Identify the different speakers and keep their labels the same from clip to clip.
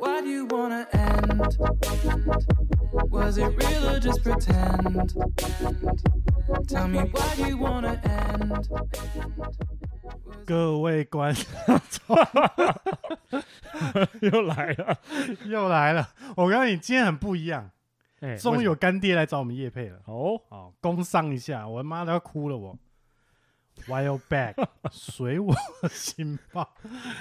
Speaker 1: how'd you wanna end? Was it real or just pretend? Tell me why do you wanna end?
Speaker 2: 各位观众
Speaker 3: 又来了，
Speaker 2: 又来了，我告诉你，今天很不一样，
Speaker 3: 哎
Speaker 2: 终于
Speaker 3: 为什么
Speaker 2: 有干爹来找我们叶配了。
Speaker 3: 哦，
Speaker 2: 好，工商一下，我妈都要哭了我。While back，随我心抱，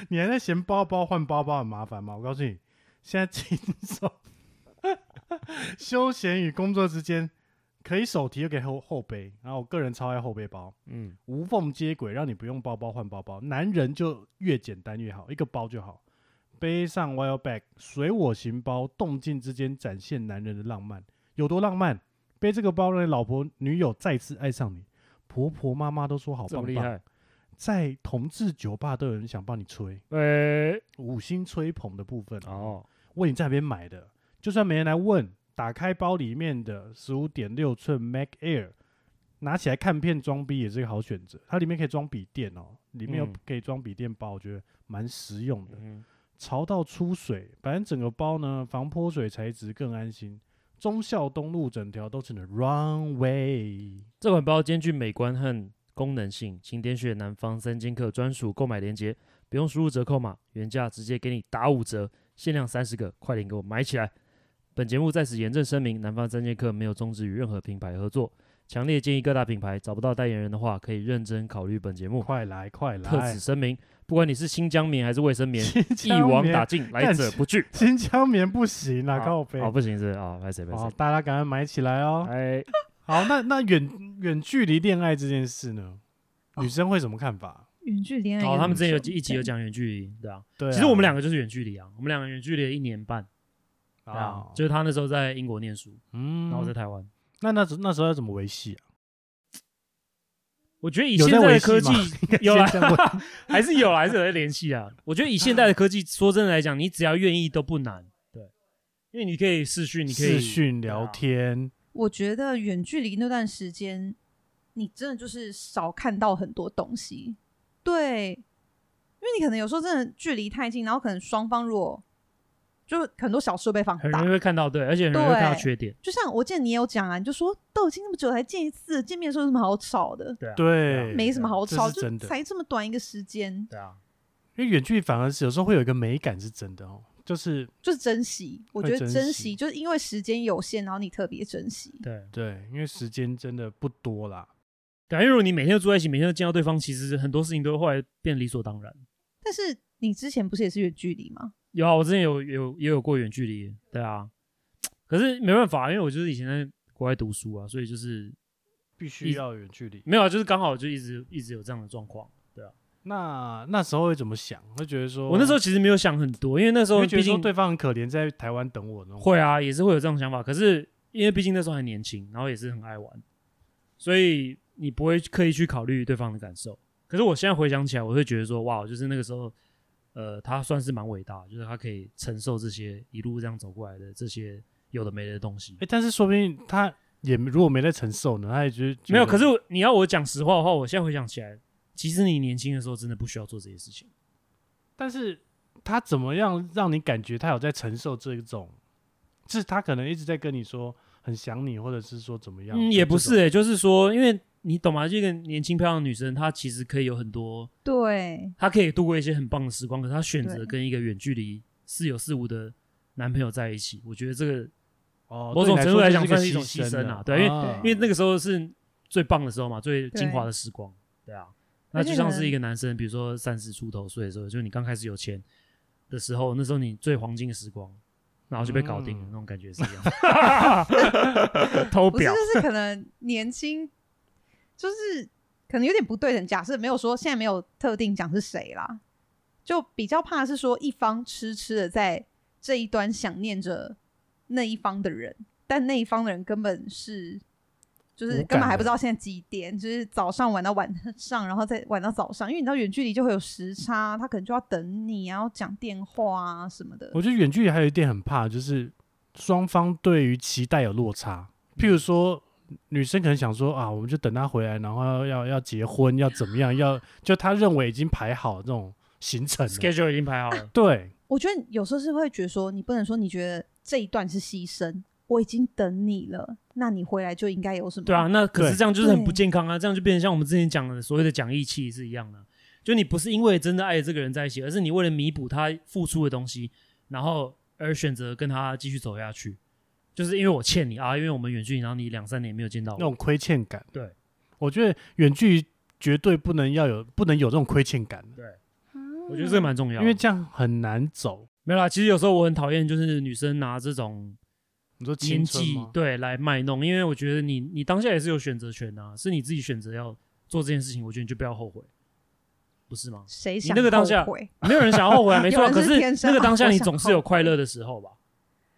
Speaker 2: 你还在嫌包包换包包很麻烦吗？我告诉你，现在轻松， 休闲与工作之间，可以手提又可以后后背，然后我个人超爱后背包，
Speaker 3: 嗯，
Speaker 2: 无缝接轨，让你不用包包换包包。男人就越简单越好，一个包就好。背上 Wild Bag，随我行包，动静之间展现男人的浪漫，有多浪漫？背这个包让你老婆、女友再次爱上你，婆婆妈妈都说好
Speaker 3: 这么
Speaker 2: 棒
Speaker 3: 厉
Speaker 2: 棒，
Speaker 3: 害，
Speaker 2: 在同志酒吧都有人想帮你吹，
Speaker 3: 哎，
Speaker 2: 五星吹捧的部分啊
Speaker 3: 哦，
Speaker 2: 问你在哪边买的，就算没人来问，打开包里面的十五点六寸 Mac Air，拿起来看片装逼也是一个好选择。它里面可以装笔电哦，里面有
Speaker 3: 嗯
Speaker 2: 可以装笔电包，我觉得蛮实用的。
Speaker 3: 嗯
Speaker 2: 潮到出水，反正整个包呢防泼水材质更安心。忠孝东路整条都是你的 runway。
Speaker 3: 这款包兼具美观和功能性，请点选南方三剑客专属购买链接，不用输入折扣码，原价直接给你打五折，限量三十个，快点给我买起来！本节目在此严正声明，南方三剑客没有终止与任何品牌合作，强烈建议各大品牌找不到代言人的话，可以认真考虑本节目。
Speaker 2: 快来快
Speaker 3: 哦特此
Speaker 2: 来！
Speaker 3: 声明，不管你是新疆棉还是卫生棉，
Speaker 2: 新
Speaker 3: 一
Speaker 2: 疆
Speaker 3: 网
Speaker 2: 棉
Speaker 3: 打尽，来
Speaker 2: 干
Speaker 3: 者
Speaker 2: 死
Speaker 3: 不拒。
Speaker 2: 新疆棉不行啦，
Speaker 3: 好
Speaker 2: 靠背。
Speaker 3: 哦，不行是啊，拍谁拍
Speaker 2: 好，
Speaker 3: 谁。
Speaker 2: 大家赶快买起来哦！
Speaker 3: 哎，
Speaker 2: 好，那那远远距离恋爱这件事呢，
Speaker 3: 哦
Speaker 2: 女生会什么看法？
Speaker 4: 远距恋爱。
Speaker 3: 好，他们之前有一集有，讲远距离，对啊。
Speaker 2: 对啊、
Speaker 3: 其实我们两个就是远距离啊，我们两个远距离了一年半
Speaker 2: 个
Speaker 3: 啊，就是他那时候在英国念书，
Speaker 2: 哦嗯，
Speaker 3: 然后我在台湾。
Speaker 2: 那那时那时候要怎么维系啊？
Speaker 3: 我觉得以
Speaker 2: 有
Speaker 3: 现
Speaker 2: 在
Speaker 3: 在
Speaker 2: 维
Speaker 3: 的
Speaker 2: 系
Speaker 3: 科技
Speaker 2: 吗
Speaker 3: 有啊
Speaker 2: 先这
Speaker 3: 啦，
Speaker 2: 样问
Speaker 3: 还是有啦还是有在联系啊。我觉得以现在的科技，说真的来讲，你只要愿意都不难，对，因为你可以视 讯，你可以
Speaker 2: 视讯
Speaker 3: 对啊
Speaker 2: 聊天，
Speaker 4: 我觉得远距离那段时间，你真的就是少看到很多东西，对，因为你可能有时候真的距离太近，然后可能双方如果就很多小事都被放
Speaker 3: 很
Speaker 4: 大
Speaker 3: 容易，会看到，对，而且很容易会看到
Speaker 4: 对
Speaker 3: 缺点，
Speaker 4: 就像我记得你也有讲啊，你就说都已经那么久才见一次，见面的时候有什么好吵的？
Speaker 3: 对啊，
Speaker 2: 对，
Speaker 4: 没什么好
Speaker 2: 这
Speaker 4: 吵，
Speaker 2: 是
Speaker 4: 就
Speaker 2: 真的。
Speaker 4: 才这么短一个时间，
Speaker 3: 对啊，
Speaker 2: 因为远距离反而是有时候会有一个美感是真的哦，就是
Speaker 4: 就是珍惜。我
Speaker 2: 会
Speaker 4: 觉得
Speaker 2: 珍
Speaker 4: 珍
Speaker 2: 惜
Speaker 4: 惜就是因为时间有限，然后你特别珍惜。
Speaker 3: 对
Speaker 2: 对，因为时间真的不多啦。
Speaker 3: 对啊，因为如果你每天都住在一起，每天都见到对方，其实很多事情都会后来变理所当然。
Speaker 4: 但是你之前不是也是远距离吗？
Speaker 3: 有啊，我之前有有也有过远距离，对啊，可是没办法，因为我就是以前在国外读书啊，所以就是
Speaker 2: 必
Speaker 3: 一
Speaker 2: 须要远距离。
Speaker 3: 没有啊，就是刚好就一直一直有这样的状况。啊
Speaker 2: 那那时候会怎么想？会觉得说，
Speaker 3: 我那时候其实没有想很多，因为那时
Speaker 2: 你
Speaker 3: 候
Speaker 2: 会觉
Speaker 3: 毕
Speaker 2: 得说
Speaker 3: 竟
Speaker 2: 对方很可怜，在台湾等我那种。
Speaker 3: 会啊，也是会有这种想法。可是因为毕竟那时候还年轻，然后也是很爱玩，所以你不会刻意去考虑对方的感受。可是我现在回想起来，我会觉得说，哇，就是那个时候，呃，他算是蛮伟大的，就是他可以承受这些一路这样走过来的这些有的没的东西
Speaker 2: 哎、。但是说不定他也如果没在承受呢，他也觉得
Speaker 3: 没有，可是我你要我讲实话的话，我现在回想起来，其实你年轻的时候真的不需要做这些事情。
Speaker 2: 但是他怎么样让你感觉他有在承受这种？是他可能一直在跟你说很想你，或者是说怎么样？
Speaker 3: 嗯，也不是、
Speaker 2: 哎、
Speaker 3: 欸，就是说，因为你懂吗？这个年轻漂亮的女生，她其实可以有很多
Speaker 4: 对，
Speaker 3: 她可以度过一些很棒的时光，可是她选择
Speaker 4: 对
Speaker 3: 跟一个远距离似有似无的男朋友在一起，我觉得这个，
Speaker 2: 哦，
Speaker 3: 某种程度来讲
Speaker 2: 对你说
Speaker 3: 算
Speaker 2: 这
Speaker 3: 是一种
Speaker 2: 个
Speaker 3: 牺牲啊
Speaker 2: 啊，
Speaker 3: 对因为因为那
Speaker 2: 个
Speaker 3: 个时候是最棒的时候嘛，最精华的时光，对啊。那
Speaker 4: 而且
Speaker 3: 就像
Speaker 4: 可能
Speaker 3: 是一个男生，比如说三十出头岁的时候，就是你刚开始有钱的时候，那时候你最黄金的时光，然后就被搞定了，
Speaker 2: 嗯
Speaker 3: 那种感觉是一样的。 偷
Speaker 4: 不是
Speaker 3: 表，
Speaker 4: 就是可能年轻，就是可能有点不对等。假设没有说现在没有特定讲是谁啦，就比较怕是说一方痴痴的在这一端想念着那一方的人，但那一方的人根本是。就是
Speaker 2: 无
Speaker 4: 根本
Speaker 2: 感
Speaker 4: 还
Speaker 2: 的
Speaker 4: 不知道现在几点，就是早上玩到晚上，然后再玩到早上，因为你知道远距离就会有时差，他可能就要等你，然后讲电话啊什么的。
Speaker 2: 我觉得远距离还有一点很怕，就是双方对于期待有落差。譬如说，女生可能想说啊，我们就等他回来，然后要要要结婚，要怎么样，要就他认为已经排好这种行程了。
Speaker 3: schedule 已经排好了，
Speaker 2: 对，
Speaker 4: 我觉得有时候是会觉得说，你不能说你觉得这一段是牺牲，我已经等你了，那你回来就应该有什么？
Speaker 3: 对啊，，那可是
Speaker 2: 对
Speaker 3: 这样就是很不健康啊，这样就变成像我们之前讲的所谓的讲义气是一样的，就你不是因为真的爱这个人在一起，而是你为了弥补他付出的东西，然后而选择跟他继续走下去，就是因为我欠你啊，因为我们远距离，然后你两三年没有见到
Speaker 2: 那
Speaker 3: 我，
Speaker 2: 种亏欠感。
Speaker 3: 对，
Speaker 2: 我觉得远距离绝对不能要有，不能有这种亏欠感，
Speaker 3: 我觉得这个蛮重要的，
Speaker 2: 因为这样很难走。
Speaker 3: 没有啦，其实有时候我很讨厌就是女生拿这种
Speaker 2: 你说青
Speaker 3: 年
Speaker 2: 春
Speaker 3: 纪
Speaker 2: 吗？
Speaker 3: 对来卖弄，因为我觉得你你当下也是有选择权啊，是你自己选择要做这件事情，我觉得你就不要后悔，不是吗？
Speaker 4: 谁
Speaker 3: 你
Speaker 4: 想
Speaker 3: 那个当
Speaker 4: 后
Speaker 3: 下
Speaker 4: 悔
Speaker 3: 没有人想要 后悔、啊，没错啊。
Speaker 4: 有人
Speaker 3: 可
Speaker 4: 是天生
Speaker 3: 那个当下
Speaker 4: 我
Speaker 3: 你
Speaker 4: 想
Speaker 3: 总是
Speaker 4: 后
Speaker 3: 有
Speaker 4: 悔
Speaker 3: 快乐的时候吧？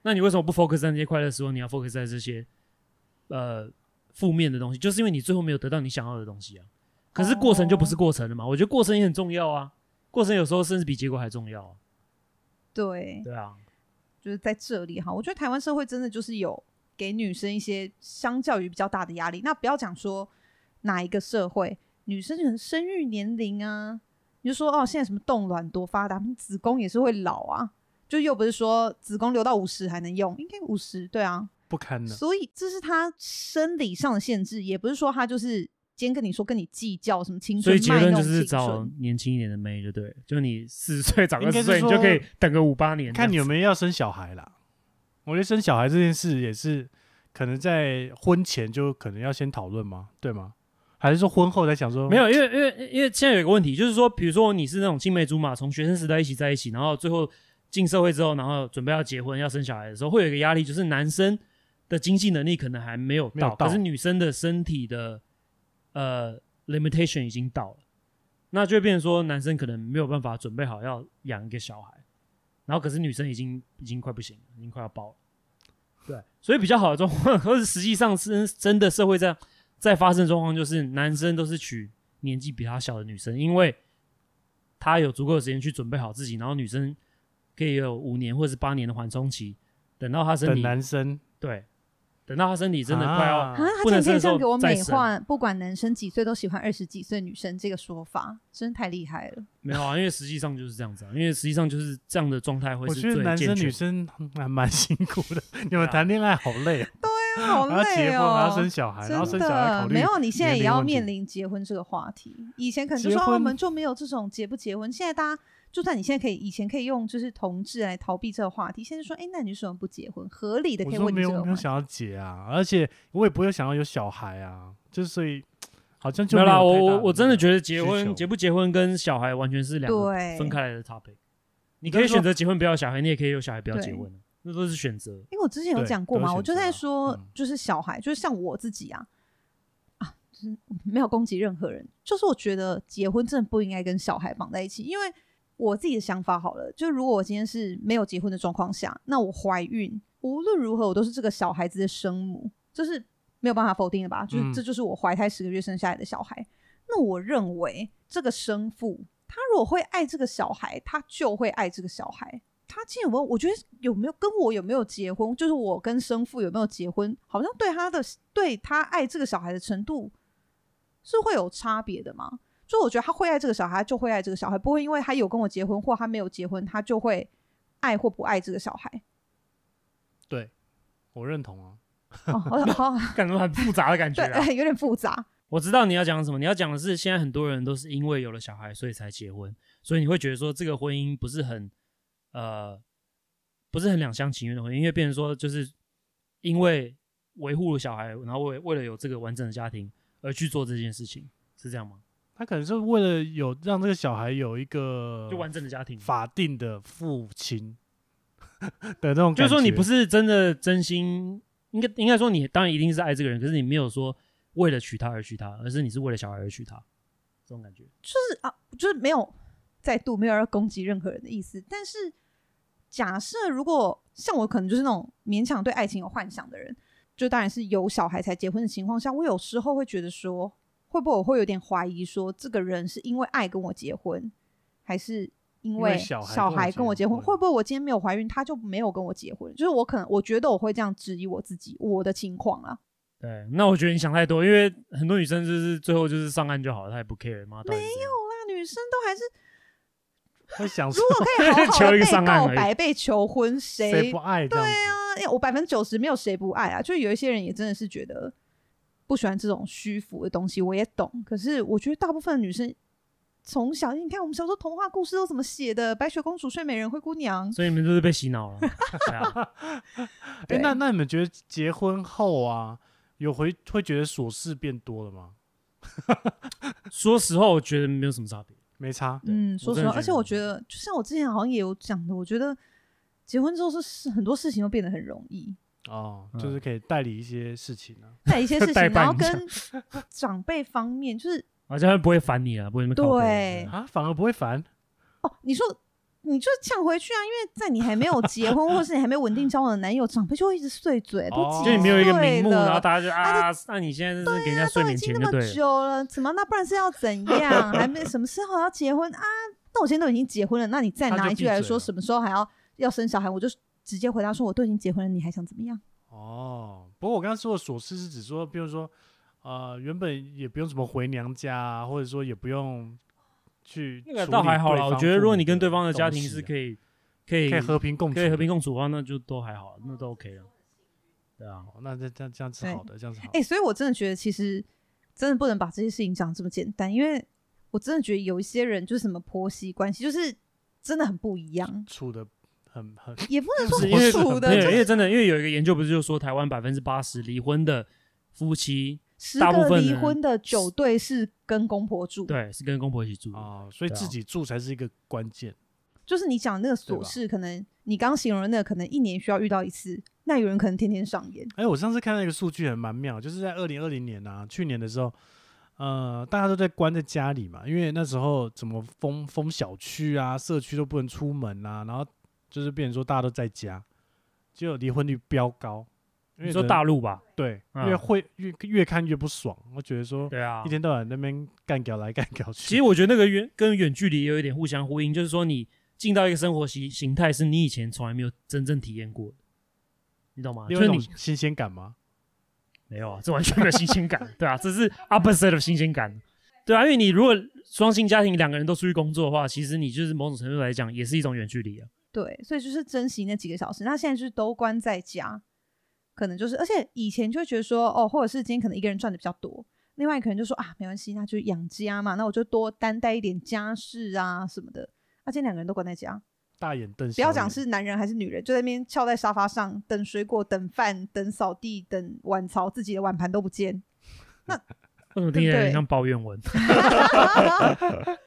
Speaker 3: 那你为什么不 focus 在那些快乐的时候？你要 focus 在这些呃负面的东西，就是因为你最后没有得到你想要的东西啊。可是过程就不是过程了嘛？我觉得过程也很重要啊，过程有时候甚至比结果还重要、啊。
Speaker 4: 对，
Speaker 3: 对啊，
Speaker 4: 就是在这里哈。我觉得台湾社会真的就是有给女生一些相较于比较大的压力。那不要讲说哪一个社会，女生可能生育年龄啊，你就说哦，现在什么冻卵多发达，子宫也是会老啊。就又不是说子宫留到五十还能用，应该五十对啊，
Speaker 2: 不堪呢。
Speaker 4: 所以这是他生理上的限制，也不是说他就是今天跟你说跟你计较什么青
Speaker 3: 所
Speaker 4: 春
Speaker 3: 以，结
Speaker 4: 卖
Speaker 3: 论
Speaker 4: 弄
Speaker 3: 就
Speaker 4: 青春。
Speaker 3: 是找年轻一点的妹就对了，就你四十岁长
Speaker 2: 应
Speaker 3: 二
Speaker 2: 该
Speaker 3: 十
Speaker 2: 是
Speaker 3: 岁，你就
Speaker 2: 说
Speaker 3: 可以等个五八年这样子。
Speaker 2: 看你有没有要生小孩啦。我觉得生小孩这件事也是可能在婚前就可能要先讨论吗？对吗？还是说婚后才想说
Speaker 3: 没有，因为因为因为现在有一个问题，就是说，比如说你是那种青梅竹马，从学生时代一起在一起，然后最后进社会之后，然后准备要结婚要生小孩的时候，会有一个压力，就是男生的经济能力可能还没有到，
Speaker 2: 没有到
Speaker 3: 可是女生的身体的呃 limitation 已经到了，那就会变成说男生可能没有办法准备好要养一个小孩，然后可是女生已经已经快不行了，已经快要爆了。对，所以比较好的状况，或是实际上是真的社会在在发生的状况，就是男生都是娶年纪比他小的女生，因为他有足够的时间去准备好自己，然后女生可以有五年或是八年的缓冲期，等到他身
Speaker 2: 等
Speaker 3: 体
Speaker 2: 男生
Speaker 3: 对，等到他身体真的快要、
Speaker 2: 啊
Speaker 4: 啊，他
Speaker 3: 不
Speaker 4: 竟
Speaker 3: 能
Speaker 4: 然可
Speaker 3: 生的
Speaker 4: 以这样
Speaker 3: 时
Speaker 4: 给
Speaker 3: 候
Speaker 4: 我
Speaker 3: 再
Speaker 4: 美
Speaker 3: 生
Speaker 4: 化，不管男生几岁都喜欢二十几岁女生这个说法，真的太厉害 了。
Speaker 3: 没有啊，因为实际上就是这样子、啊，因为实际上就是这样的状态会
Speaker 2: 我
Speaker 3: 是
Speaker 2: 觉
Speaker 3: 最
Speaker 2: 得男
Speaker 3: 健
Speaker 2: 生
Speaker 3: 全
Speaker 2: 女
Speaker 3: 的。
Speaker 2: 生还蛮辛苦的。 你们谈恋爱好累哦，
Speaker 4: 好
Speaker 2: 还要结
Speaker 4: 累
Speaker 2: 婚，还要
Speaker 4: 哦
Speaker 2: 生，小孩，然后
Speaker 4: 真
Speaker 2: 生小孩考
Speaker 4: 的
Speaker 2: 虑
Speaker 4: 没有。你现在
Speaker 2: 年
Speaker 4: 也
Speaker 2: 龄
Speaker 4: 要
Speaker 2: 问题
Speaker 4: 面临结婚这个话题，以前可能就
Speaker 2: 结
Speaker 4: 说、啊、我
Speaker 2: 婚
Speaker 4: 们就没有这种结不结婚，现在大家。就算你现在可以，以前可以用就是同志来逃避这个话题，现在就说，哎、那你为什么不结婚？合理的可
Speaker 2: 我
Speaker 4: 以
Speaker 2: 说
Speaker 4: 问你
Speaker 2: 没
Speaker 4: 这
Speaker 2: 有
Speaker 4: 个
Speaker 2: 没
Speaker 4: 问
Speaker 2: 有
Speaker 4: 题。
Speaker 2: 想要结啊，而且我也不会想要有小孩啊，就是所以好像就
Speaker 3: 没有啦，我我
Speaker 2: 我
Speaker 3: 我真的觉得结
Speaker 2: 需
Speaker 3: 婚
Speaker 2: 求
Speaker 3: 结不结婚跟小孩完全是两个
Speaker 4: 对
Speaker 3: 分开来的 topic。你
Speaker 2: 就
Speaker 3: 可以
Speaker 2: 是说
Speaker 3: 选择结婚不要小孩，你也可以有小孩不要结
Speaker 4: 对
Speaker 3: 婚啊，那都是选择。
Speaker 4: 因为我之前有
Speaker 2: 对
Speaker 4: 讲过
Speaker 2: 都是
Speaker 4: 嘛，我
Speaker 2: 选
Speaker 4: 就
Speaker 2: 择
Speaker 4: 在
Speaker 2: 啊
Speaker 4: 说
Speaker 2: 嗯，
Speaker 4: 就是小孩，就是像我自己啊，啊，就是没有攻击任何人，就是我觉得结婚真的不应该跟小孩绑在一起，因为我自己的想法好了，就如果我今天是没有结婚的状况下，那我怀孕，无论如何我都是这个小孩子的生母，这是没有办法否定的吧？就是、
Speaker 2: 嗯
Speaker 4: 这就是我怀胎十个月生下来的小孩，那我认为这个生父他如果会爱这个小孩，他就会爱这个小孩。他竟然有没有？我觉得有没有跟我有没有结婚，就是我跟生父有没有结婚，好像对他的对他爱这个小孩的程度是会有差别的吗？就我觉得他会爱这个小孩，他就会爱这个小孩，不会因为他有跟我结婚或他没有结婚，他就会爱或不爱这个小孩。
Speaker 2: 对，我认同啊。
Speaker 4: 哦， 好，好，
Speaker 3: 感觉很复杂的感觉
Speaker 4: 对，
Speaker 3: 啊。
Speaker 4: 有点复杂。
Speaker 3: 我知道你要讲什么，你要讲的是现在很多人都是因为有了小孩所以才结婚，所以你会觉得说这个婚姻不是很呃不是很两厢情愿的婚姻，因为变成说就是因为维护了小孩，然后为为了有这个完整的家庭而去做这件事情，是这样吗？
Speaker 2: 他可能是为了有让这个小孩有一个
Speaker 3: 就完整的家庭，
Speaker 2: 法定的父亲的那种感觉，
Speaker 3: 就是说你不
Speaker 2: 是
Speaker 3: 是真的真心，应该应该说你当然一定是爱这个人，可是你没有说为了娶她而娶她，而是你是为了小孩而娶她，这种感觉。
Speaker 4: 就是啊，就是没有再度没有要攻击任何人的意思。但是假设如果像我，可能就是那种勉强对爱情有幻想的人，就当然是有小孩才结婚的情况下，我有时候会觉得说，会不会我会有点怀疑说，这个人是因为爱跟我结婚，还是？因
Speaker 2: 因
Speaker 4: 为
Speaker 2: 为小孩
Speaker 4: 小
Speaker 2: 跟我
Speaker 4: 孩跟我
Speaker 2: 结
Speaker 4: 结婚，
Speaker 2: 婚
Speaker 4: 会不会我今天没有怀孕，他就没有跟我结婚？就是我可能我觉得我会这样质疑我自己，我的情况啊。
Speaker 3: 对，那我觉得你想太多，因为很多女生就是最后就是上岸就好了，她也不 care，妈到底没有
Speaker 4: 那女生都还是
Speaker 2: 会想说
Speaker 4: 如果可以好好
Speaker 3: 求一
Speaker 4: 的
Speaker 3: 个
Speaker 4: 被
Speaker 3: 上岸
Speaker 4: 告
Speaker 3: 而已
Speaker 4: 白、被求婚，
Speaker 2: 谁不爱这样子？
Speaker 4: 啊哎我百分之九十没有谁不爱啊，就有一些人也真的是觉得不喜欢这种虚浮的东西，我也懂。可是我觉得大部分女生从小，你看我们小时候童话故事都怎么写的，白雪公主、睡美人、灰姑娘，
Speaker 3: 所以你们就是被洗脑了。对啊，
Speaker 2: 哎、
Speaker 4: 对
Speaker 2: 那那你们觉得结婚后啊，有会会觉得琐事变多了吗？
Speaker 3: 说实话，我觉得没有什么差别。
Speaker 2: 没差，
Speaker 4: 嗯，
Speaker 3: 我
Speaker 4: 说
Speaker 3: 真
Speaker 4: 实
Speaker 3: 的觉
Speaker 4: 话，而且
Speaker 3: 得
Speaker 4: 我觉得，就像我之前好像也有讲的，我觉得结婚之后是是很多事情都变得很容易，
Speaker 2: 哦，
Speaker 3: 嗯
Speaker 2: 就是可以代理一些事情啊。
Speaker 4: 在一些 事
Speaker 3: 代
Speaker 4: 情，然后
Speaker 3: 办一下
Speaker 4: 跟长辈方面，就是
Speaker 3: 好像不会烦你啊，不会那么靠背
Speaker 4: 对
Speaker 2: 啊，反而不会烦
Speaker 4: 哦，你说你就呛回去啊，因为在你还没有结婚，或是你还没稳定交往的男友，长辈就会一直碎嘴，都
Speaker 2: 哦
Speaker 4: 几
Speaker 3: 啊就你没有一个
Speaker 4: 岁
Speaker 3: 名目，
Speaker 4: 了啊
Speaker 3: 然后大家就啊，那你现在就是给人家睡
Speaker 4: 都已
Speaker 3: 眠
Speaker 4: 经
Speaker 3: 钱
Speaker 4: 那
Speaker 3: 就对
Speaker 4: 么
Speaker 3: 了。
Speaker 4: 久了，怎么那不然是要怎样？还没什么时候要结婚啊？那我现在都已经结婚了，那你再
Speaker 2: 他就
Speaker 4: 拿一
Speaker 2: 闭
Speaker 4: 句来
Speaker 2: 嘴
Speaker 4: 说
Speaker 2: 了
Speaker 4: 什么时候还要要生小孩，我就直接回答说我都已经结婚了，你还想怎么样？
Speaker 2: 哦。不过我刚刚说的琐事是指说，比如说，呃，原本也不用怎么回娘家啊，或者说也不用去
Speaker 3: 那个
Speaker 2: 处
Speaker 3: 倒
Speaker 2: 理
Speaker 3: 还好
Speaker 2: 对
Speaker 3: 啦，我
Speaker 2: 方
Speaker 3: 觉得
Speaker 2: 父
Speaker 3: 如果
Speaker 2: 母
Speaker 3: 你跟对方的家
Speaker 2: 东
Speaker 3: 庭
Speaker 2: 西
Speaker 3: 是
Speaker 2: 啊
Speaker 3: 可以可以
Speaker 2: 可以和平共处，
Speaker 3: 可以和平共处的话，那就都还好，那都 OK 了。对啊，
Speaker 2: 哦，那这这样这样是
Speaker 4: 对
Speaker 2: 好的，这样是好的。
Speaker 4: 哎、所以我真的觉得，其实真的不能把这些事情讲得这么简单，因为我真的觉得有一些人就是什么婆媳关系，就是真的很不一样，
Speaker 2: 处的很 很
Speaker 4: 也不能
Speaker 2: 就
Speaker 4: 说
Speaker 2: 是
Speaker 3: 因为
Speaker 4: 不处的，
Speaker 3: 没
Speaker 4: 就
Speaker 3: 有，因
Speaker 4: 是
Speaker 3: 为真的，因为有一个研究不是就说台湾百分之八十离婚的夫妻，
Speaker 4: 十
Speaker 3: 大部
Speaker 4: 个
Speaker 3: 分
Speaker 4: 离
Speaker 3: 人
Speaker 4: 婚的九对是跟公婆住，，
Speaker 3: 对，是跟公婆一起住的。
Speaker 2: 哦，所以
Speaker 3: 对啊
Speaker 2: 自己住才是一个关键。
Speaker 4: 就是你讲那个
Speaker 2: 对
Speaker 4: 琐
Speaker 2: 吧
Speaker 4: 事，可能你刚形容的那个，可能一年需要遇到一次，那有人可能天天上演，
Speaker 2: 哎，我上次看到一个数据很蛮妙，就是在二零二零年啊，去年的时候，呃，大家都在关在家里嘛，因为那时候怎么封封小区啊，社区都不能出门啊，然后就是变成说大家都在家，就离婚率飙高。因为
Speaker 3: 你说
Speaker 2: 人
Speaker 3: 大陆吧？
Speaker 2: 对，
Speaker 3: 嗯
Speaker 2: 越会越越看越不爽，我觉得说
Speaker 3: 对啊
Speaker 2: 一，天到晚那边干掉来干掉去。
Speaker 3: 其实我觉得那个远跟远距离也有一点互相呼应，就是说你进到一个生活形形态，是你以前从来没有真正体验过的，你懂吗？
Speaker 2: 你
Speaker 3: 就
Speaker 2: 有一
Speaker 3: 是
Speaker 2: 种
Speaker 3: 你
Speaker 2: 新鲜感吗？
Speaker 3: 没有啊，这完全没有新鲜 感，对啊，这是 opposite of 新鲜感，对啊，因为你如果双性家庭两个人都出去工作的话，其实你就是某种程度来讲也是一种远距离啊，
Speaker 4: 对，所以就是珍惜那几个小时。那现在就是都关在家，可能就是，而且以前就会觉得说，哦，或者是今天可能一个人赚的比较多，另外一个人就说啊，没关系，那就养家嘛，那我就多担待一点家事啊什么的。那、今天两个人都关在家，
Speaker 2: 大眼瞪
Speaker 4: 不
Speaker 2: 小眼，
Speaker 4: 要讲是男人还是女人，就在那边翘在沙发上等水果、等饭、等扫地、等碗槽，自己的碗盘都不见。
Speaker 3: 为什么听起来有点像抱 怨文？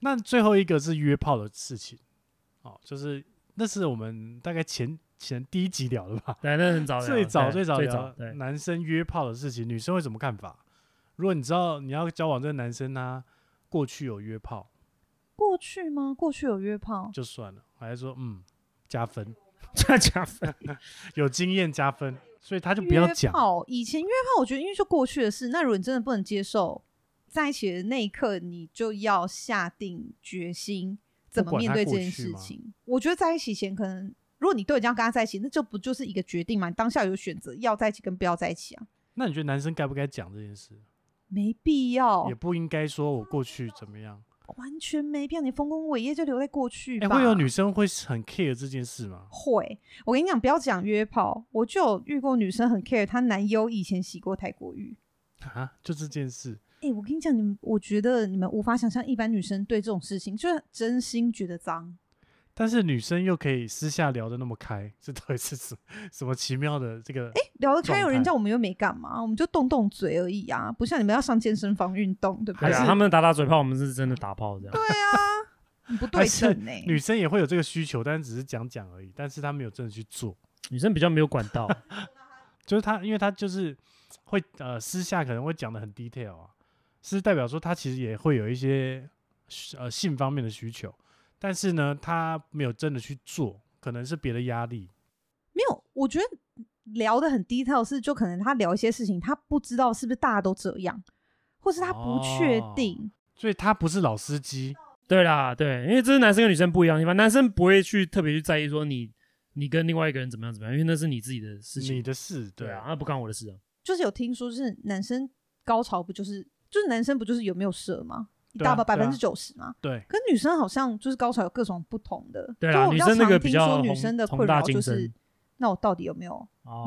Speaker 2: 那最后一个是约炮的事情，哦，就是那是我们大概前前第一集聊的吧，
Speaker 3: 对，那很早聊，
Speaker 2: 最早
Speaker 3: 对
Speaker 2: 最
Speaker 3: 最
Speaker 2: 早
Speaker 3: 早
Speaker 2: 聊
Speaker 3: 对，
Speaker 2: 男生约炮的事情，女生会什么看法？如果你知道你要交往这个男生他过去有约炮
Speaker 4: 过去吗？过去有约炮？
Speaker 2: 就算了，还是说嗯加 分，
Speaker 3: 加加分，
Speaker 2: 有经验加分，所以他就不
Speaker 4: 约
Speaker 2: 要
Speaker 4: 炮，
Speaker 2: 讲，
Speaker 4: 以前约炮，我觉得因为就过去的事。那如果你真的不能接受，在一起的那一刻，你就要下定决心怎
Speaker 2: 不
Speaker 4: 么
Speaker 2: 管
Speaker 4: 面
Speaker 2: 他
Speaker 4: 对这
Speaker 2: 过
Speaker 4: 件
Speaker 2: 去
Speaker 4: 事
Speaker 2: 吗
Speaker 4: 情。我觉得在一起前，可能如果你都已经要跟他在一起，那就不就是一个决定嘛？你当下有选择要在一起跟不要在一起啊，
Speaker 2: 那你觉得男生该不该讲这件事？
Speaker 4: 没必要
Speaker 2: 也，不应该说我过去怎么样？
Speaker 4: 完全没必要。你丰功伟业就留在过去
Speaker 2: 哎，
Speaker 4: 吧。
Speaker 2: 会有女生会很 care 这件事吗？
Speaker 4: 会，我跟你讲，不要讲约炮，我就有遇过女生很 care 她男友以前洗过泰国浴。
Speaker 2: 啊，就这件事，
Speaker 4: 哎、我跟你讲，你们，我觉得你们无法想象一般女生对这种事情，就是真心觉得脏。
Speaker 2: 但是女生又可以私下聊得那么开，这到底是什什么奇妙的这个？
Speaker 4: 聊得开，
Speaker 2: 状
Speaker 4: 有
Speaker 2: 态
Speaker 4: 人叫我们又没干嘛，我们就动动嘴而已啊，不像你们要上健身房运动，对不
Speaker 3: 还
Speaker 4: 对？
Speaker 3: 是啊他们打打嘴炮，我们是真的打炮这样。
Speaker 4: 很不
Speaker 2: 还
Speaker 4: 对
Speaker 2: 是
Speaker 4: 称呢、
Speaker 2: 女生也会有这个需求，但只是讲讲而已，但是她没有真的去做，
Speaker 3: 女生比较没有管道，
Speaker 2: 就是她，因为她就是会呃私下可能会讲的很 detail 啊，是代表说她其实也会有一些呃性方面的需求，但是呢，她没有真的去做，可能是别的压力，
Speaker 4: 没有，我觉得聊得很 detail 是，就可能他聊一些事情，他不知道是不是大家都这样，或是他不确
Speaker 2: 哦
Speaker 4: 定。
Speaker 2: 所以她不是老司机，
Speaker 3: 对啦，对，因为这是男生跟女生不一样的地方，男生不会去特别去在意说你你跟另外一个人怎么样怎么样，因为那是你自己的事
Speaker 2: 你
Speaker 3: 情，
Speaker 2: 的事，
Speaker 3: 对
Speaker 2: 对
Speaker 3: 啊，，那不关我的事啊。
Speaker 4: 就是有听说，就是男生高潮不就是，就是男生不就是有没有射吗？一大
Speaker 2: 对
Speaker 4: 包
Speaker 2: 啊
Speaker 4: 百
Speaker 2: 对啊
Speaker 4: 分之九十嘛。
Speaker 2: 对，
Speaker 4: 可女生好像就是高潮有各种不同的，
Speaker 3: 对
Speaker 4: 就
Speaker 3: 啦
Speaker 4: 我比
Speaker 3: 女
Speaker 4: 较
Speaker 3: 生那个
Speaker 4: 常
Speaker 3: 比
Speaker 4: 听
Speaker 3: 较
Speaker 4: 说女
Speaker 3: 宏
Speaker 4: 生的
Speaker 3: 宏
Speaker 4: 困
Speaker 3: 大
Speaker 4: 扰
Speaker 3: 精
Speaker 4: 就是
Speaker 3: 深，
Speaker 4: 那我到底有没有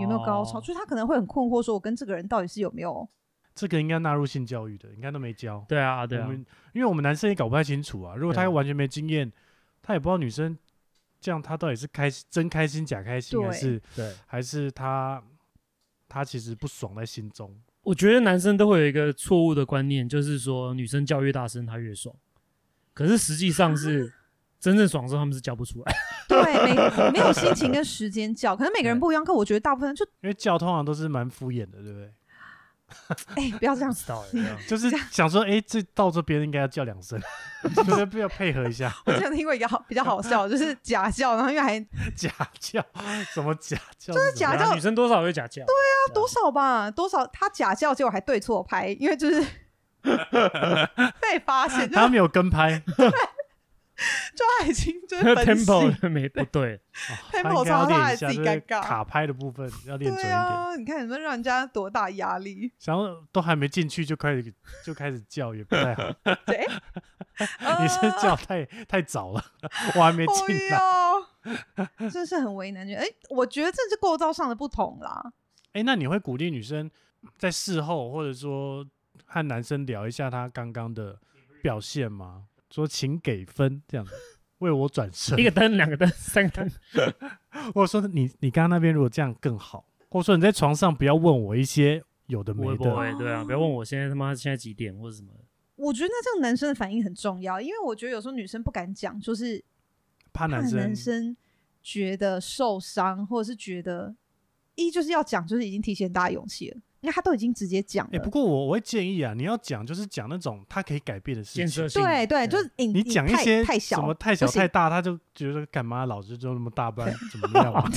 Speaker 4: 有没有高潮？
Speaker 3: 哦
Speaker 4: 就是她可能会很困惑，说我跟这个人到底是有没有
Speaker 2: 这个应该纳入性教育的，应该都没教。
Speaker 3: 对啊， 对
Speaker 2: 我
Speaker 3: 啊，
Speaker 2: 们因为我们男生也搞不太清楚啊，如果
Speaker 3: 对
Speaker 2: 他
Speaker 3: 啊
Speaker 2: 完全没经验，他也不知道女生这样他到底是开心真开心假开心，还
Speaker 4: 对
Speaker 2: 是
Speaker 3: 对，
Speaker 2: 还是他他其实不爽在心中。
Speaker 3: 我觉得男生都会有一个错误的观念，就是说女生叫越大声她越爽，可是实际上是真正爽的时候他们是叫不出来。
Speaker 4: 对 没没有心情跟时间叫？可能每个人
Speaker 3: 对
Speaker 4: 不一样，可我觉得大部分就
Speaker 2: 因为教通常都是蛮敷衍的，对不对？
Speaker 4: 哎、不要这样
Speaker 3: 不，知道欸，
Speaker 2: 就是想说，哎、这到这边应该要叫两声， 就是不要配合一下
Speaker 4: 我之前听过一个好比较好笑的，就是假笑，然后因为还
Speaker 2: 假叫，什么假叫？就是
Speaker 4: 假
Speaker 3: 对
Speaker 4: 叫
Speaker 3: 啊女生多少会假叫，对啊，
Speaker 4: 多少吧，多少他假笑，结果还对错拍，因为就是 被 发现，就
Speaker 2: 他没有跟拍，
Speaker 4: 就他已经就是 本性
Speaker 3: 啊 tempo 没不对，
Speaker 2: 哦 他应
Speaker 4: Tempo
Speaker 2: 该要
Speaker 4: 超大
Speaker 2: 练一
Speaker 4: 还
Speaker 2: 下，
Speaker 4: 自己
Speaker 2: 就
Speaker 4: 尴
Speaker 2: 是
Speaker 4: 尬
Speaker 2: 卡拍的部分要练准一
Speaker 4: 对
Speaker 2: 点。
Speaker 4: 啊，你看你们让人家多大压 力？
Speaker 2: 想要都还没进去就开始就开始叫，也不太好。
Speaker 4: 对，
Speaker 2: 你是
Speaker 4: 呃
Speaker 2: 叫太太早了， 我还没
Speaker 4: 不
Speaker 2: 进来。
Speaker 4: 要，哦 真是很为难。哎、我觉得这是构造上的不同啦。
Speaker 2: 哎、那你会鼓励女生在事后，或者说和男生聊一下她刚刚的表现吗？说请给分这样子，为我转身
Speaker 3: 一。个灯，两个灯，三个灯，
Speaker 2: 或者说你你刚刚那边如果这样更好，或者说你在床上不要问我一些有的
Speaker 3: 不
Speaker 2: 没
Speaker 3: 会不
Speaker 2: 的，
Speaker 3: 会，对啊，不要问我现在他妈现在几点或者什么的，
Speaker 4: 我觉得那这样男生的反应很重要，因为我觉得有时候女生不敢讲，就是
Speaker 2: 怕
Speaker 4: 怕
Speaker 2: 男生
Speaker 4: 男生觉得受伤，或者是觉得一就是要讲，就是已经提前大家勇气了，因为他都已经直接讲
Speaker 2: 哎、
Speaker 4: 了。
Speaker 2: 不过我我会建议啊，你要讲就是讲那种他可以改变的事
Speaker 3: 建
Speaker 2: 情
Speaker 3: 设。性，
Speaker 4: 对对，就是你
Speaker 2: 你讲一
Speaker 4: 太
Speaker 2: 些
Speaker 4: 太
Speaker 2: 什么
Speaker 4: 小，
Speaker 2: 太小
Speaker 4: 不行
Speaker 2: 太大，他就觉得干嘛老子就那么大，不然怎么 样嘛？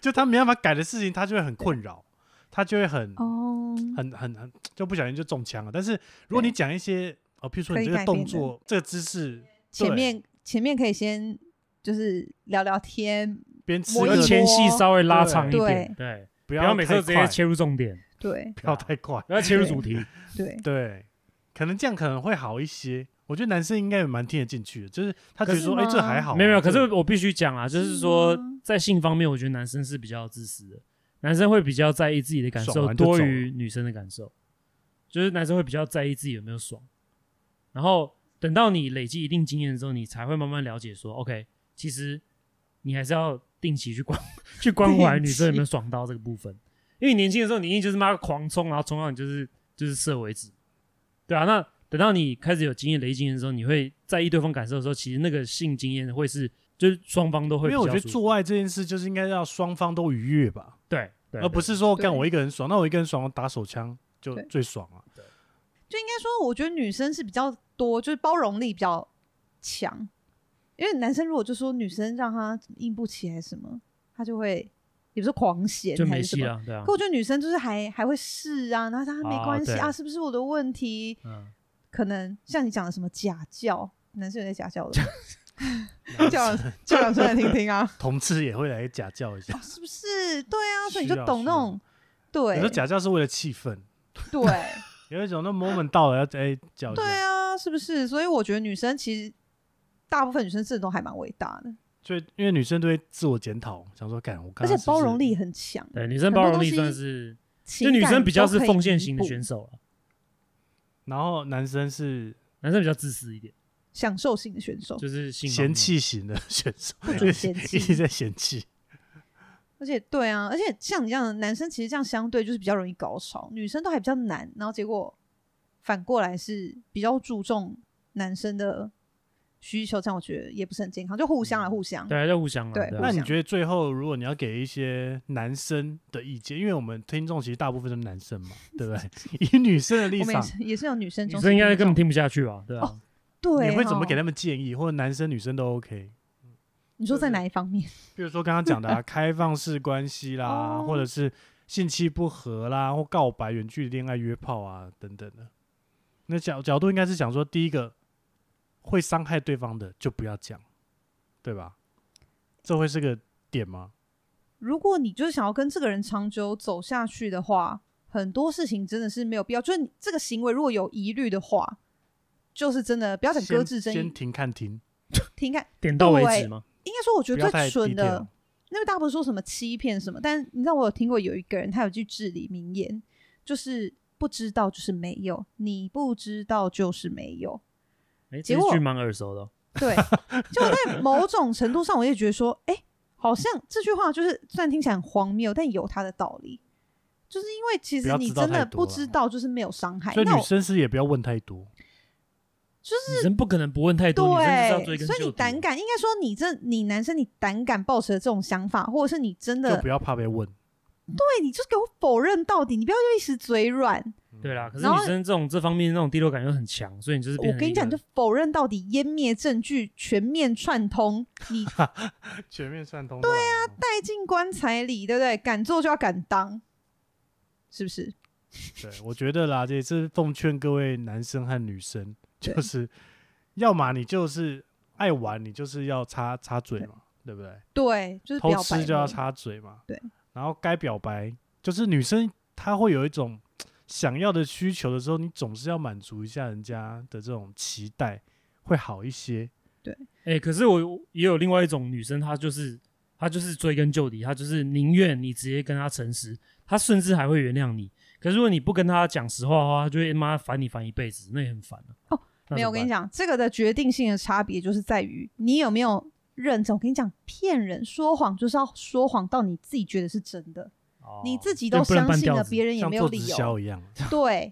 Speaker 2: 就他没办法改的事情，他就会很困扰，他就会很、
Speaker 4: 哦，
Speaker 2: 很很很就不小心就中枪了。但是如果
Speaker 4: 对
Speaker 2: 你讲一些哦，譬如说
Speaker 4: 可以
Speaker 2: 你这个
Speaker 4: 改变
Speaker 2: 动
Speaker 4: 的
Speaker 2: 作、这个姿势，
Speaker 4: 前
Speaker 2: 对
Speaker 4: 面前面可以先就是聊聊天，
Speaker 2: 边吃
Speaker 4: 摸一
Speaker 2: 个
Speaker 4: 摸
Speaker 3: 前戏稍微拉长一点，
Speaker 4: 对
Speaker 3: 对，
Speaker 2: 不
Speaker 3: 不
Speaker 2: 要
Speaker 3: 要每次都
Speaker 2: 太
Speaker 3: 直接
Speaker 2: 快
Speaker 3: 切入 重点，
Speaker 4: 对
Speaker 2: 不要太快，
Speaker 3: 不要切入主题，
Speaker 4: 对，
Speaker 2: 对，可能这样可能会好一些。我觉得男生应该也蛮听得进去的，就是他觉
Speaker 4: 可
Speaker 2: 得
Speaker 4: 是
Speaker 2: 说，哎、
Speaker 4: 吗
Speaker 2: 这还好啊、
Speaker 3: 没有没有，可
Speaker 2: 这
Speaker 3: 是我必须讲啊，就是说
Speaker 4: 是吗
Speaker 3: 在性方面，我觉得男生是比较自私的，男生会比较在意自己的感
Speaker 2: 爽
Speaker 3: 受
Speaker 2: 完就
Speaker 3: 多
Speaker 2: 走
Speaker 3: 于女生的感受，就是男生会比较在意自己有没有爽，然后等到你累积一定经验之后，你才会慢慢了解说，OK，其实你还是要定期去关 去关怀女生有没有爽到这个部分，因为你年轻的时候你一定就是妈狂冲，然后冲到你就是就是射为止，对啊，那等到你开始有经验、累积经验的时候，你会在意对方感受的时候，其实那个性经验会是，就是双方都会
Speaker 2: 因
Speaker 3: 比
Speaker 2: 为
Speaker 3: 较舒
Speaker 2: 我
Speaker 3: 服，
Speaker 2: 觉得做爱这件事就是应该要双方都愉悦吧，
Speaker 3: 对，对
Speaker 2: 而不是说
Speaker 4: 对
Speaker 2: 干我一个人爽，那我一个人爽，我打手枪就
Speaker 4: 对
Speaker 2: 最爽啊。
Speaker 4: 就应该说，我觉得女生是比较多，就是包容力比较强。因为男生如果就说女生让他硬不起来什么，他就会也不是狂嫌
Speaker 3: 对就
Speaker 4: 还
Speaker 3: 没
Speaker 4: 是什
Speaker 3: 戏
Speaker 4: 么。
Speaker 3: 了，对啊
Speaker 4: 可，我觉得女生就是还还会试啊，然后她没
Speaker 3: 啊
Speaker 4: 关系
Speaker 3: 对
Speaker 4: 啊，是不是我的问题？
Speaker 3: 嗯，
Speaker 4: 可能像你讲的什么假教，男生有在假教的吗， 叫叫两声来听听啊，哦
Speaker 2: 同志也会来假叫一下，
Speaker 4: 是不是？对啊，所以你
Speaker 2: 需
Speaker 4: 就
Speaker 2: 要
Speaker 4: 懂
Speaker 2: 需
Speaker 4: 那
Speaker 2: 要
Speaker 4: 种，对
Speaker 2: 有时候假叫是为了气氛，
Speaker 4: 对。
Speaker 2: 有一种那 moment 到了要哎、叫一
Speaker 4: 对
Speaker 2: 下，
Speaker 4: 啊，是不是？所以我觉得女生其实大部分女生真的都还蛮伟大的，
Speaker 2: 所以因为女生都会自我检讨，想说干我刚刚
Speaker 4: 而且
Speaker 2: 是不
Speaker 4: 包
Speaker 2: 是
Speaker 4: 容力很强。
Speaker 3: 对，女生
Speaker 4: 很
Speaker 3: 包
Speaker 4: 多
Speaker 3: 容
Speaker 4: 东
Speaker 3: 力
Speaker 4: 西
Speaker 3: 算是，
Speaker 4: 情
Speaker 3: 就女
Speaker 4: 感
Speaker 3: 生比较
Speaker 4: 都
Speaker 3: 是
Speaker 4: 可以
Speaker 3: 奉献
Speaker 4: 弥
Speaker 3: 型的
Speaker 4: 补
Speaker 3: 选手了，
Speaker 2: 然后男生是
Speaker 3: 男生比较自私一点，
Speaker 4: 享受型的选手，
Speaker 3: 就是性方
Speaker 2: 嫌
Speaker 3: 面，
Speaker 2: 弃型的选手，
Speaker 4: 不
Speaker 2: 一
Speaker 4: 准嫌
Speaker 2: 直一直
Speaker 4: 弃。
Speaker 2: 在嫌弃。
Speaker 4: 而且对啊，而且像你这样的男生，其实这样相对就是比较容易高潮，女生都还比较难。然后结果反过来是比较注重男生的需求，这样我觉得也不是很健康，就互相啊，互相。
Speaker 3: 对啊，就互相了，
Speaker 4: 对
Speaker 3: 对啊
Speaker 2: 那你
Speaker 4: 想
Speaker 2: 觉得最后，如果你要给一些男生的意见，因为我们听众其实大部分都是男生嘛，对不 对？以女生的立
Speaker 4: 我们也
Speaker 2: 场，
Speaker 4: 是也是有女生
Speaker 3: 女
Speaker 4: 中，
Speaker 3: 生应该根本听不下去吧，对啊，
Speaker 4: 哦对，
Speaker 2: 你会怎么给
Speaker 4: 他？
Speaker 2: 他们建议？或者男生、女生都 OK。
Speaker 4: 你说
Speaker 2: 就
Speaker 4: 在
Speaker 2: 是
Speaker 4: 哪一方面？
Speaker 2: 比如说刚刚讲的、 啊、开放式关系啦，
Speaker 4: 哦
Speaker 2: 或者是性期不合啦，或告白、远距离恋爱、约炮啊等等的。那角角度应该是想说，第一个会伤害对方的就不要讲，对吧？这会是个点吗？
Speaker 4: 如果你就是想要跟这个人长久走下去的话，很多事情真的是没有必要。就是你这个行为如果有疑虑的话，就是真的不要讲搁
Speaker 2: 先
Speaker 4: 置争
Speaker 2: 先
Speaker 4: 议，
Speaker 2: 停看停，
Speaker 4: 听看，
Speaker 3: 点到为
Speaker 4: 对
Speaker 3: 止吗？
Speaker 4: 应该说我觉
Speaker 2: 不
Speaker 4: 得
Speaker 2: 要太
Speaker 4: 最蠢
Speaker 2: detail
Speaker 4: 的，。因为大家不是说什么欺骗什么，但你知道我有听过有一个人，他有句至理名言，就是不知道就是没有，你不知道就是没有。
Speaker 3: 哎，
Speaker 4: 结
Speaker 3: 这一句
Speaker 4: 果
Speaker 3: 蛮耳熟的哦，
Speaker 4: 对，就在某种程度上，我也觉得说，哎、好像这句话就是虽然听起来很荒谬，但有它的道理。就是因为其
Speaker 2: 不
Speaker 4: 实
Speaker 2: 要
Speaker 4: 你
Speaker 2: 知道
Speaker 4: 真的
Speaker 2: 太多
Speaker 4: 不
Speaker 2: 啦
Speaker 4: 知道，就是没有伤害。
Speaker 2: 所以
Speaker 4: 哎那
Speaker 2: 女
Speaker 4: 我
Speaker 2: 生是也不要问太多，
Speaker 3: 女生不可能不问太多，女生就是要追
Speaker 4: 对，
Speaker 3: 根
Speaker 4: 所以
Speaker 3: 究
Speaker 4: 你
Speaker 3: 底。
Speaker 4: 胆敢，应该说你这你男生你胆敢抱持了这种想法，或者是你真
Speaker 2: 就
Speaker 4: 的
Speaker 2: 不要怕被问。
Speaker 4: 对你就给我否认到底，你不要就一时嘴软。
Speaker 2: 嗯
Speaker 3: 对啦，可是
Speaker 4: 然
Speaker 3: 女
Speaker 4: 后
Speaker 3: 生这种这方面那种第六感又很强，所以你就是变
Speaker 4: 我
Speaker 3: 成
Speaker 4: 跟你
Speaker 3: 一个
Speaker 4: 讲，就否认到底，湮灭证据，全面串通，你
Speaker 2: 全面串通。对啊，
Speaker 4: 带进棺材里，对不对？敢做就要敢当，是不是？
Speaker 2: 对，我觉得啦，这也是奉劝各位男生和女生，
Speaker 4: 对
Speaker 2: 就是要么你就是爱玩，你就是要插插嘴嘛，对不对？
Speaker 4: 对，就是不
Speaker 2: 偷
Speaker 4: 要摆
Speaker 2: 吃就要
Speaker 4: 弄
Speaker 2: 插嘴嘛。
Speaker 4: 对。
Speaker 2: 然后该表白，就是女生她会有一种想要的需求的时候，你总是要满足一下人家的这种期待，会好一些。
Speaker 3: 哎、可是我也有另外一种女生，她就是她就是追根究底，她就是宁愿你直接跟她诚实，她甚至还会原谅你。可是如果你不跟她讲实话的话，她就会妈烦你烦一辈子，那也很烦啊。
Speaker 4: 哦，没有，我跟你，讲，这个的决定性的差别就是在于你有没有认真。我跟你讲，骗人说谎就是要说谎到你自己觉得是真的，你自
Speaker 2: 哦
Speaker 4: 己都
Speaker 3: 就不能
Speaker 4: 相
Speaker 3: 半
Speaker 4: 信
Speaker 3: 吊
Speaker 4: 了，
Speaker 3: 子
Speaker 4: 别人也
Speaker 2: 像
Speaker 4: 没有
Speaker 2: 做直
Speaker 4: 理
Speaker 2: 销
Speaker 4: 由。
Speaker 2: 一样，
Speaker 4: 对，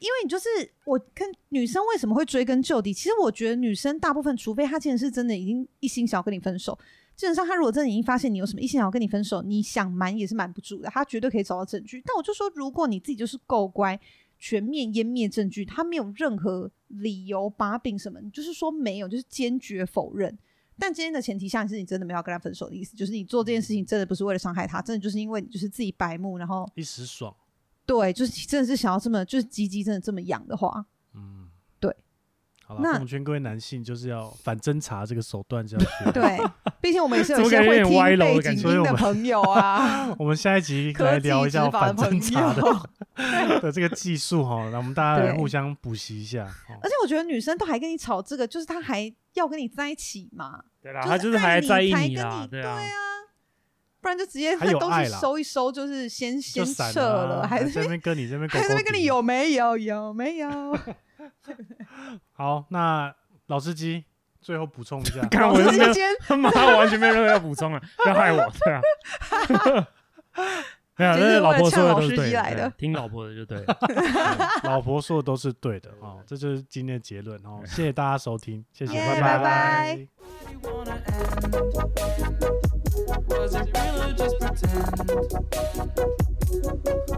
Speaker 4: 因为你就是我跟女生为什么会追根究底？其实我觉得女生大部分，除非她真的是真的已经一心想要跟你分手，基本上她如果真的已经发现你有什么一心想要跟你分手，你想瞒也是瞒不住的，她绝对可以找到证据。但我就说，如果你自己就是够乖，全面湮灭证据，她没有任何理由把柄什么，你就是说没有，就是坚决否认。但今天的前提下是你真的没有要跟他分手的意思，就是你做这件事情真的不是为了伤害他，真的就是因为你就是自己白目，然后
Speaker 2: 一时爽。
Speaker 4: 对，就是你真的是想要这么，就是鸡鸡真的这么养的话，
Speaker 2: 嗯，
Speaker 4: 对。
Speaker 2: 好
Speaker 4: 那
Speaker 2: 了，奉劝各位男性就是要反侦查这个手段是要学。，
Speaker 4: 对，毕竟我们也是有
Speaker 3: 怎
Speaker 4: 一
Speaker 3: 么
Speaker 4: 些
Speaker 3: 感觉
Speaker 4: 会
Speaker 3: 有点歪
Speaker 4: 听
Speaker 3: 楼的
Speaker 4: 背
Speaker 3: 感
Speaker 4: 景
Speaker 2: 觉所以
Speaker 4: 音
Speaker 2: 我
Speaker 4: 的
Speaker 2: 们，
Speaker 4: 朋友啊
Speaker 2: 我们下一集
Speaker 4: 科
Speaker 2: 来
Speaker 4: 技
Speaker 2: 聊一下
Speaker 4: 执法
Speaker 2: 反
Speaker 4: 的
Speaker 2: 侦
Speaker 4: 朋
Speaker 2: 查的
Speaker 4: 友。
Speaker 2: 的这个技术哈，那我们大家来
Speaker 4: 对
Speaker 2: 互相补习一下。哦
Speaker 4: 而且我觉得女生都还跟你吵这个，就是她还要跟你在一起嘛，
Speaker 3: 对啊啦，她
Speaker 4: 就是爱
Speaker 3: 还
Speaker 4: 你
Speaker 3: 在意
Speaker 4: 才
Speaker 3: 你
Speaker 4: 跟
Speaker 3: 啦，
Speaker 4: 你
Speaker 3: 对
Speaker 4: 对
Speaker 3: 啊，，
Speaker 4: 不然就直接
Speaker 2: 还
Speaker 4: 她
Speaker 2: 有
Speaker 4: 东
Speaker 2: 爱
Speaker 4: 西
Speaker 2: 啦
Speaker 4: 收一收，就是先
Speaker 2: 就
Speaker 4: 先
Speaker 2: 散
Speaker 4: 撤
Speaker 2: 啊
Speaker 4: 了，还
Speaker 2: 在
Speaker 4: 是
Speaker 2: 那边跟你这边 狗
Speaker 4: 还在那
Speaker 2: 狗
Speaker 4: 边跟你
Speaker 2: 比
Speaker 4: 有没有有没有？
Speaker 2: 好。那老司机最后补充一 下
Speaker 3: 看
Speaker 4: 老
Speaker 3: 我
Speaker 4: 师
Speaker 3: 是没
Speaker 4: 今
Speaker 3: 有，
Speaker 4: 天
Speaker 3: 他妈我完全没有任何要补充了，不要害我，对啊。 没有，
Speaker 4: 简直
Speaker 3: 那
Speaker 4: 是
Speaker 3: 老
Speaker 4: 为了
Speaker 3: 婆
Speaker 4: 呛
Speaker 3: 说的
Speaker 4: 老
Speaker 3: 都是
Speaker 4: 司
Speaker 3: 对
Speaker 4: 机
Speaker 3: 的，
Speaker 4: 来
Speaker 3: 对啊
Speaker 4: 的
Speaker 3: 听老婆的就对了。
Speaker 2: 老婆说的都是对的哦，这就是今天的结论哦。谢谢大家收听，谢谢，
Speaker 4: 耶
Speaker 2: 拜
Speaker 4: 拜拜
Speaker 1: Did you wanna end? Was it real or just pretend?